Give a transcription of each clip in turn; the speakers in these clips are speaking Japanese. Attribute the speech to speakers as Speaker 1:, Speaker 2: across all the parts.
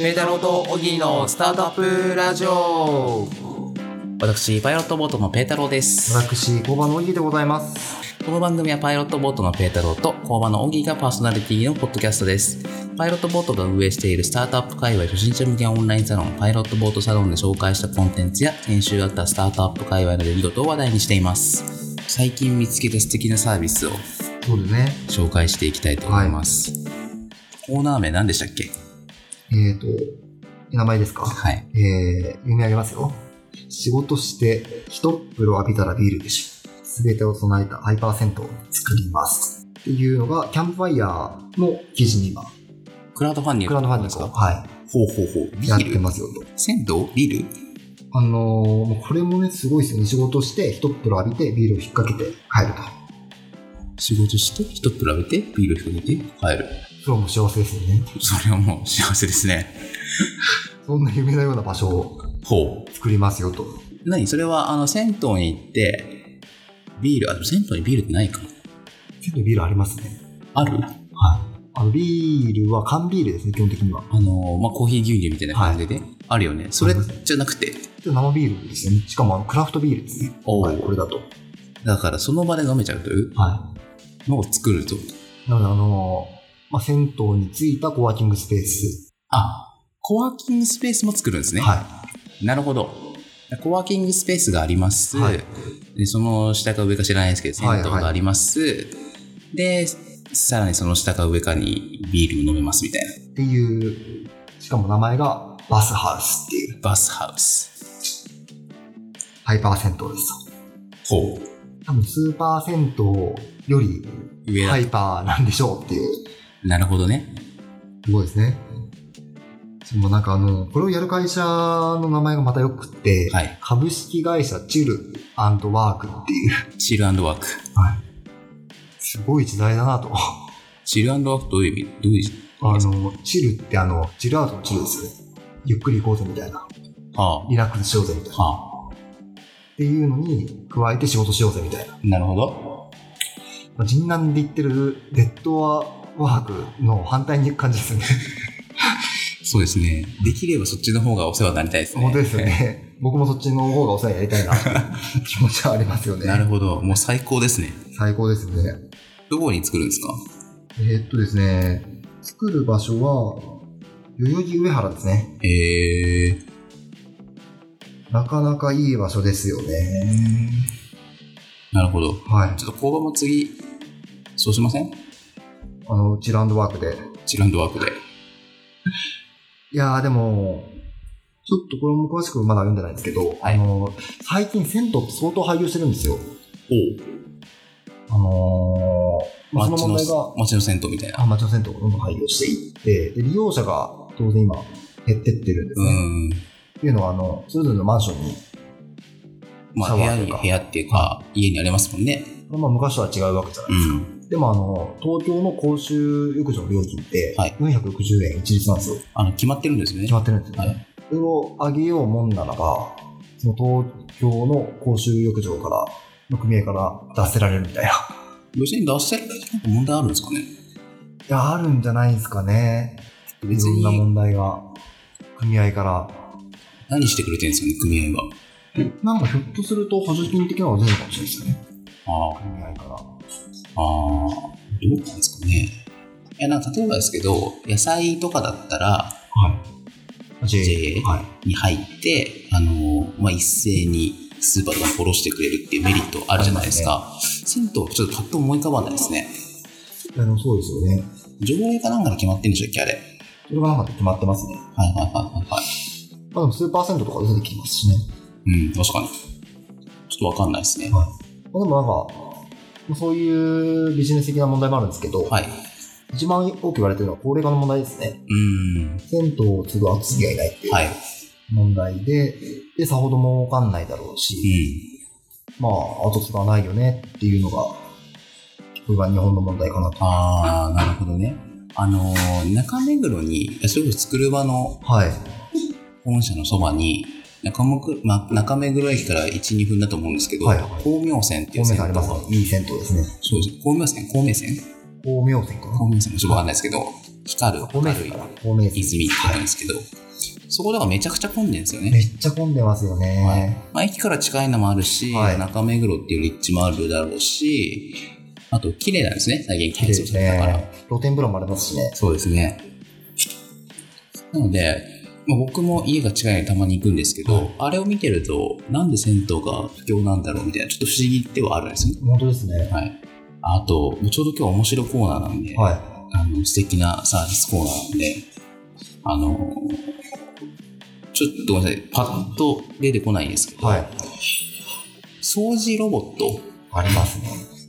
Speaker 1: メダロとオギのスタートアップラジオ
Speaker 2: 私、パイロットボートのペータローです。
Speaker 1: 私、工場のオギでございます。
Speaker 2: この番組はパイロットボートのペータローと工場のオギがパーソナリティのポッドキャストです。パイロットボートが運営しているスタートアップ界隈初心者向けオンラインサロン、パイロットボートサロンで紹介したコンテンツや、研修あったスタートアップ界隈の出来事を話題にしています。最近見つけた素敵なサービスを
Speaker 1: そうだね。
Speaker 2: 紹介していきたいと思います。コーナー名何でしたっけ
Speaker 1: えっ、と、名前ですか
Speaker 2: はい。
Speaker 1: えー、読み上げますよ。仕事して、一っ風呂浴びたらビールでしょ。すべてを備えたハイパーセントを作ります。っていうのが、キャンプファイヤーの記事に今、
Speaker 2: クラウドファンディング。
Speaker 1: クラウドファンディングを、は
Speaker 2: ほうほうほう。
Speaker 1: い、
Speaker 2: ビ
Speaker 1: やって
Speaker 2: ール
Speaker 1: ますよと。
Speaker 2: 銭湯ビール
Speaker 1: あのーもうこれもね、すごいですよね。仕事して、一っ風呂浴びて、ビールを引っ掛けて帰ると。
Speaker 2: 仕事して、人と比べて、ビールを広げて帰る。
Speaker 1: それはもう幸せですよね。
Speaker 2: それはもう幸せですね。
Speaker 1: そんな夢のような場所を
Speaker 2: ほう。
Speaker 1: 作りますよと。
Speaker 2: 何それは、あの、銭湯に行って、ビール、あ、でも銭湯にビールってないか。
Speaker 1: ちょっとビールありますね。
Speaker 2: ある
Speaker 1: はい。あの、ビールは缶ビールですね、基本的には。
Speaker 2: あの、まあ、コーヒー牛乳みたいな感じで、あるよね。それじゃなくて、
Speaker 1: ちょっと生ビールですよね。しかもあの、クラフトビールですね。
Speaker 2: おう
Speaker 1: はい、これだと。
Speaker 2: だからその場で飲めちゃうという
Speaker 1: は
Speaker 2: のを作ると。
Speaker 1: い。なので、あのーまあ、銭湯についたコワーキングスペース。
Speaker 2: あ、コワーキングスペースも作るんですね。
Speaker 1: は
Speaker 2: なるほど。コワーキングスペースがあります。
Speaker 1: はい
Speaker 2: でその下か上か知らないですけど、銭
Speaker 1: はい
Speaker 2: 湯があります。で、さらにその下か上かにビールも飲めますみたいな。
Speaker 1: い。っていう、しかも名前が、バスハウスっていう、
Speaker 2: バスハウス。
Speaker 1: ハイパー銭湯ですと。
Speaker 2: ほ
Speaker 1: 多分、スーパー銭湯より、
Speaker 2: う。上だ、
Speaker 1: ハイパーなんでしょうっていう。
Speaker 2: なるほどね。
Speaker 1: すごいですね。でもなんかあの、これをやる会社の名前がまたよくって、
Speaker 2: はい。
Speaker 1: 株式会社チルワークっていう、
Speaker 2: チルワーク。
Speaker 1: すごい時代だなと。あ
Speaker 2: チルワークどういう意味どういう意味ですか
Speaker 1: の、チルってあの、チルアウトのチルですよね。ゆっくり行こうぜみたいな。
Speaker 2: は
Speaker 1: リラックスしようぜみたい
Speaker 2: あ、
Speaker 1: な。っ
Speaker 2: は
Speaker 1: ていうのに加えて仕事しようぜみたいな。
Speaker 2: あ、なるほど。
Speaker 1: まあ、人南で言ってるデッドワークの反対に行く感じです ね。
Speaker 2: そうですね。できればそっちの方がお世話になりたいですね。
Speaker 1: 本当ですよね。僕もそっちの方がお世話になり たいなっていう気持ちはありますよね。
Speaker 2: なるほど。もう最高ですね。
Speaker 1: 最高ですね。
Speaker 2: どこに作るんですか
Speaker 1: えーっとですね、作る場所は、代々木上原ですね。
Speaker 2: へえー。
Speaker 1: なかなかいい場所ですよね。
Speaker 2: なるほど。
Speaker 1: はい。
Speaker 2: ちょっと工場も次、そうしません
Speaker 1: あの、うちランドワークで。
Speaker 2: チルワークで。
Speaker 1: いやー、でも、ちょっとこれも詳しくまだ読んでないんですけど、あの、最近銭湯って相当廃業してるんですよ。
Speaker 2: お
Speaker 1: あのー、まあその
Speaker 2: 町
Speaker 1: 問
Speaker 2: の
Speaker 1: 題が、
Speaker 2: 町の銭湯みたいな。
Speaker 1: あ町の銭湯がどんどん廃業していって、で利用者が当然今減ってってるんです
Speaker 2: う
Speaker 1: ね。
Speaker 2: ん。
Speaker 1: っていうのは、あの、それぞれのマンションに、
Speaker 2: まあ、
Speaker 1: シャ
Speaker 2: 部
Speaker 1: ワ
Speaker 2: 屋
Speaker 1: ー
Speaker 2: に、
Speaker 1: とか
Speaker 2: 部屋っていうか、家にありますもんね。
Speaker 1: まあ昔とは違うわけじゃないですか。
Speaker 2: うん。
Speaker 1: でもあの、東京の公衆浴場の料金って、
Speaker 2: はい
Speaker 1: 460円一律なんですよ。
Speaker 2: あの、決まってるんですよね
Speaker 1: 決。まってるんですよね。
Speaker 2: はい
Speaker 1: それを上げようもんならば、その東京の公衆浴場から、の組合から出せられるみ たいな。
Speaker 2: 別に出したらなんか問題あるんですかね
Speaker 1: いや、あるんじゃないですかね。い
Speaker 2: 別
Speaker 1: ろんな
Speaker 2: に
Speaker 1: 問題が、組合から。
Speaker 2: 何してくれてるんですかね組合は。
Speaker 1: なんかひょっとすると補助金的なのが出るかもしれないですよね。
Speaker 2: ああ、
Speaker 1: 組合から。
Speaker 2: ああ、どうなんですかねいや、なんか例えばですけど、野菜とかだったら、JA
Speaker 1: はい。
Speaker 2: に入って、あのーまあ、一斉にスーパーとかに卸してくれるっていうメリットあるじゃないですか。銭湯、ちょっとパッと思い浮かばないですね。
Speaker 1: いやでもそうですよね。
Speaker 2: 条例かなんかで決まってるんでしたっけあれ。
Speaker 1: それがなんか決まってますね。
Speaker 2: はいはいはいはいはい。
Speaker 1: まあでもスーパーセントとか出てきますしね。
Speaker 2: うん、確かに。ちょっとわかんないですね。
Speaker 1: まあ、でもなんか、まあそういうビジネス的な問題もあるんですけど、
Speaker 2: はい。
Speaker 1: 一番多く言われてるのは高齢化の問題ですね。
Speaker 2: うん。
Speaker 1: 銭湯を継ぐ空き家がいないっていう
Speaker 2: はい。
Speaker 1: 問題で、で、さほど儲かんないだろうし、
Speaker 2: うん。
Speaker 1: まあ、後継がないよねっていうのが、これが日本の問題かなと。
Speaker 2: ああ、なるほどね。あのー中目黒に、いやそれこそ作る場の
Speaker 1: はい。
Speaker 2: 本社のそばに中目黒、ま、中目黒駅から1、2分だと思うんですけど、
Speaker 1: はいはい
Speaker 2: 光明線っていう
Speaker 1: 光明
Speaker 2: 線
Speaker 1: 線ありますね。いい銭湯ですね。
Speaker 2: そうです。光明線光明線
Speaker 1: 光明線かな
Speaker 2: 光明線もちょっとわかんないですけど、光る明
Speaker 1: 透明
Speaker 2: る
Speaker 1: 水
Speaker 2: い
Speaker 1: かな透明水
Speaker 2: 泉って言うんですけど、そこだからめちゃくちゃ混んでるんですよね。
Speaker 1: めっちゃ混んでますよね。
Speaker 2: まあ、駅から近いのもあるし、
Speaker 1: はい
Speaker 2: 中目黒っていう立地もあるだろうし、あと綺麗なんですね、再現建
Speaker 1: 綺麗で
Speaker 2: 設
Speaker 1: す
Speaker 2: されたから。
Speaker 1: ね。露天風呂もありますしね。
Speaker 2: そうですね。なので、まあ、僕も家が近いのでたまに行くんですけど、
Speaker 1: はい
Speaker 2: あれを見てると、なんで銭湯が不況なんだろうみたいな、ちょっと不思議ではあるんですよね。
Speaker 1: 本当ですね。
Speaker 2: はい。あと、ちょうど今日面白コーナーなんで、
Speaker 1: は
Speaker 2: あの素敵なサービスコーナーなんで、あの、ちょっとごめんなさい、パッと出てこないんですけ
Speaker 1: い。
Speaker 2: ど、
Speaker 1: はい。
Speaker 2: 掃除ロボット
Speaker 1: ありますね。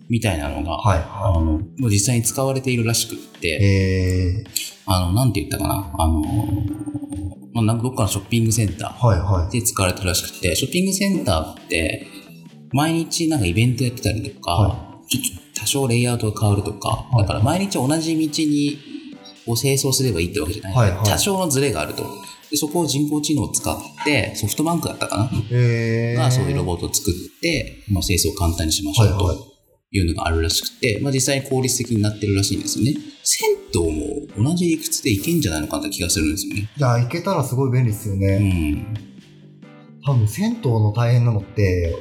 Speaker 2: みたいなのが、
Speaker 1: はい。
Speaker 2: あ
Speaker 1: は
Speaker 2: のもう実際に使われているらしくっ
Speaker 1: い。
Speaker 2: て、
Speaker 1: え
Speaker 2: あの、なんて言ったかな、あの、まあ、なんかどっかのショッピングセンタ
Speaker 1: ー、はいは
Speaker 2: ーで
Speaker 1: い。
Speaker 2: 使われてるらしくて、ショッピングセンターって、毎日なんかイベントやってたりとか、
Speaker 1: は
Speaker 2: ちょっと多少レイアウトが変わるとか、
Speaker 1: はい
Speaker 2: だから毎日同じ道にを清掃すればいいってわけじゃない。
Speaker 1: はいはい
Speaker 2: 多少のズレがあると。でそこを人工知能を使って、ソフトバンクだったかな、
Speaker 1: えー、
Speaker 2: がそういうロボットを作って、まあ、清掃を簡単にしましょう
Speaker 1: はいはい
Speaker 2: というのがあるらしくて、まあ、実際に効率的になってるらしいんですよね。銭湯も同じ理屈でいけんじゃないのかなって気がするんですよね。
Speaker 1: いや、行けたらすごい便利ですよね。
Speaker 2: うん。
Speaker 1: 多分、銭湯の大変なのって、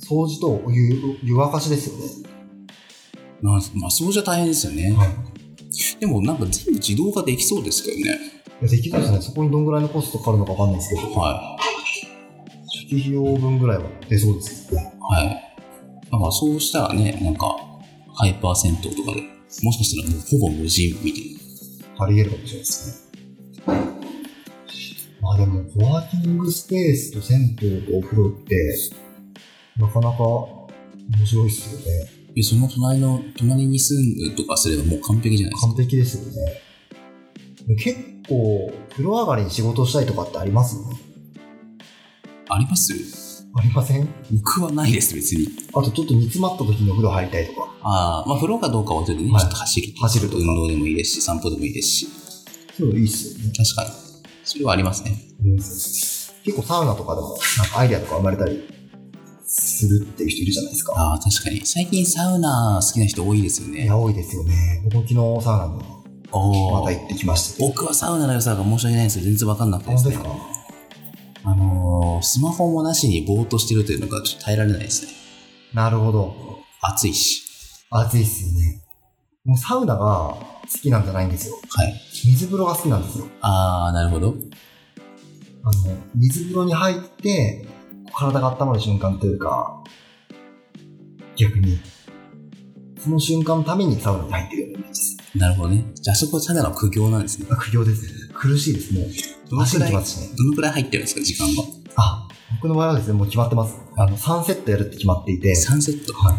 Speaker 1: 掃除とお湯、湯沸かしですよね。
Speaker 2: まあ、まあ、そうじゃ大変ですよね。
Speaker 1: はい
Speaker 2: でもなんか全部自動化できそうですけどね。
Speaker 1: いや。できそうですね。そこにどんぐらいのコストかかるのかわかんないですけど、
Speaker 2: は
Speaker 1: 初期費用分ぐらいは出そうですよ
Speaker 2: い。
Speaker 1: ね。
Speaker 2: はい。なんかそうしたらね、なんか、ハイパー銭湯とかで、もしかしたらもうほぼ無人みたいな。
Speaker 1: あり得るかもしれないですね。まあでも、コワーキングスペースと銭湯とお風呂って、なかなか面白いですよね。
Speaker 2: でその隣の、隣に住むとかすればもう完璧じゃないですか。
Speaker 1: 完璧ですよね。結構、風呂上がりに仕事したいとかってありますよね。
Speaker 2: あります
Speaker 1: ありません
Speaker 2: 僕はないです、別に。
Speaker 1: あとちょっと煮詰まった時にお風呂入りたいとか。
Speaker 2: ああ、まあ、風呂かどうかは置いといてね、
Speaker 1: はい
Speaker 2: ちょっと走るとか
Speaker 1: 走るとか
Speaker 2: 運動でもいいですし、散歩でもいいですし、
Speaker 1: そういうのいいっすよね。
Speaker 2: 確かに。それはありますね。
Speaker 1: 結構サウナとかでも、なんかアイデアとか生まれたりするっていう人いるじゃないですか。
Speaker 2: ああ、確かに。最近サウナ好きな人多いですよ
Speaker 1: い
Speaker 2: ね。
Speaker 1: や、多いですよね。僕も昨日サウナに
Speaker 2: お
Speaker 1: ま
Speaker 2: お
Speaker 1: た。行ってきましたけど。
Speaker 2: 僕はサウナの良さが申し訳ないんですよ。全然わかんなくてで
Speaker 1: 本
Speaker 2: す
Speaker 1: 当
Speaker 2: ね
Speaker 1: です。か
Speaker 2: あのースマホもなしにぼーっとしてるというのがちょっと耐えられないですね。
Speaker 1: なるほど。
Speaker 2: 暑いし。
Speaker 1: 暑いっすよね。もうサウナが好きなんじゃないんですよ。
Speaker 2: はい。
Speaker 1: 水風呂が好きなんですよ。
Speaker 2: ああ、なるほど。
Speaker 1: あの、水風呂に入って、体が温まる瞬間というか、逆に、その瞬間のためにサウナに入ってるようなイメージです。
Speaker 2: なるほどね。じゃあそこただの苦行なんですね。
Speaker 1: 苦行ですね。苦しいですね。
Speaker 2: どの
Speaker 1: 足
Speaker 2: くら
Speaker 1: にき
Speaker 2: い、ど
Speaker 1: ますしね。
Speaker 2: のくらい入ってるんですか、時間が。
Speaker 1: あ、僕の場合はですね、もう決まってます。あの、3セットやるって決まっていて、
Speaker 2: 3セット。
Speaker 1: はい。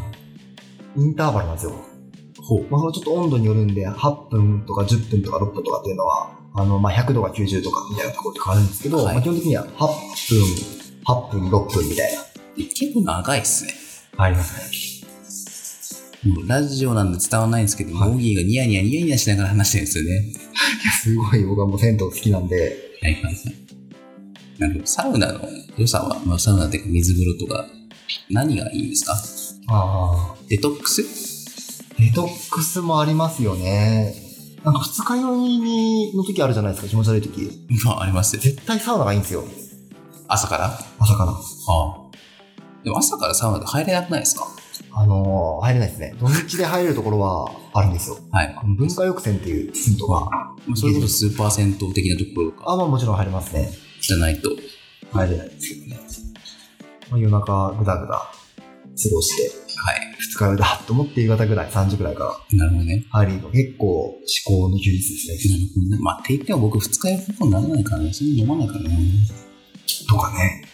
Speaker 1: インターバルなんですよ。
Speaker 2: ほう。
Speaker 1: まあ、そのちょっと温度によるんで、8分とか10分とか6分とかっていうのは、あの、まあ、100度が90とかみたいなところで変わるんですけど、
Speaker 2: はい
Speaker 1: まあ、基本的には8分、8分、6分みたいな。
Speaker 2: 結構長いですね。
Speaker 1: ありますね。
Speaker 2: もうラジオなんで伝わらないんですけど、
Speaker 1: はい
Speaker 2: モーギーがニヤニヤニヤニヤしながら話してるんですよね。
Speaker 1: すごい僕はもう銭湯好きなんで、
Speaker 2: はいはいはい。なるほど。サウナの良さは、まあ、サウナっていうか水風呂とか、何がいいんですか
Speaker 1: ああ、
Speaker 2: デトックス
Speaker 1: デトックスもありますよね。なんか二日酔いにの時あるじゃないですか、気持ち悪い時。
Speaker 2: まあ、ありますよ。
Speaker 1: 絶対サウナがいいんですよ。
Speaker 2: 朝からあ
Speaker 1: 朝から。
Speaker 2: あ。でも朝からサウナで入れなくないですか
Speaker 1: あのー入れないですね。土日で入れるところはあるんですよ。
Speaker 2: はい。
Speaker 1: あの文化浴船っていう銭湯が。
Speaker 2: まあ、それこそスーパー銭湯的なところとか
Speaker 1: あ、まあもちろん入れますね。
Speaker 2: じゃないと。
Speaker 1: 入れないですけどね。まあ、夜中ぐだぐだ過ごして、
Speaker 2: は
Speaker 1: 二日酔いだと思って夕方ぐらい、3時ぐらいか
Speaker 2: い。なるほどね。
Speaker 1: ら入ると結構至高の休日ですね。
Speaker 2: なるほどね。まあ、って言っても僕二日酔いほとんどならないからね。それ飲まないからね。
Speaker 1: とかね。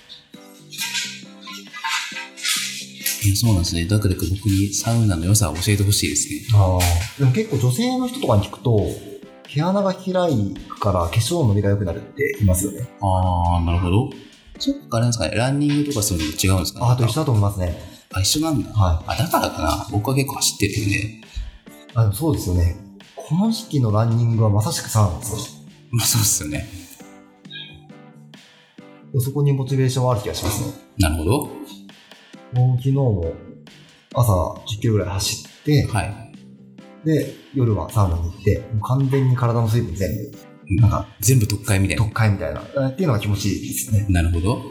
Speaker 2: いやそうなんですね。だから僕にサウナの良さを教えてほしいですね。
Speaker 1: ああ。でも結構女性の人とかに聞くと、毛穴が開くから化粧のりが良くなるって言いますよね。
Speaker 2: ああ、なるほど。そっか、あれなんですかね、ランニングとかそういうの違うんですかね。
Speaker 1: ああ、と一緒だと思いますね。
Speaker 2: あ一緒なんだ。
Speaker 1: はい。
Speaker 2: あ、だからかな。僕は結構走ってるんで。
Speaker 1: あのそうですよね。この時期のランニングはまさしくサウナですよ。
Speaker 2: まあ、そうっすよね。
Speaker 1: そこにモチベーションはある気がしますね。
Speaker 2: なるほど。
Speaker 1: もう昨日も朝10キロぐらい走って、
Speaker 2: はい。
Speaker 1: で、夜はサウナに行って、もう完全に体の水分全部、なんか、
Speaker 2: 全部特会みたいな
Speaker 1: 特。解みたいな、っていうのが気持ちいいですね。
Speaker 2: なるほど。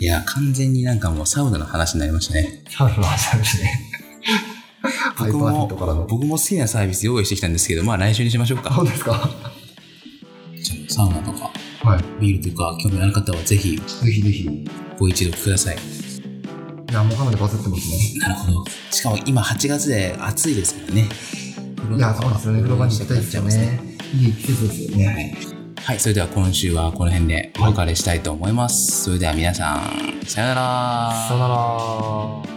Speaker 2: いや、完全になんかもうサウナの話になりましたね。
Speaker 1: サウナの話です ね。ハイ
Speaker 2: 僕
Speaker 1: パーセントから
Speaker 2: も
Speaker 1: の。
Speaker 2: 僕も好きなサービス用意してきたんですけど、まあ来週にしましょう
Speaker 1: そ
Speaker 2: か。
Speaker 1: うですか。
Speaker 2: じゃあサウナとか
Speaker 1: はい。
Speaker 2: ビールとか興味ある方はぜひ
Speaker 1: ぜひぜひ。い
Speaker 2: ご一読ください。
Speaker 1: や、もうかなりバズってますね。
Speaker 2: なるほど。しかも今8月で暑いですからね。
Speaker 1: いや、そうですよね。風呂場に行きたいですよね。いい季節ですよ
Speaker 2: は
Speaker 1: ね。
Speaker 2: い。はい、それでは今週はこの辺でお別れしたいと思います。それでは皆さん、さよなら。
Speaker 1: さよなら。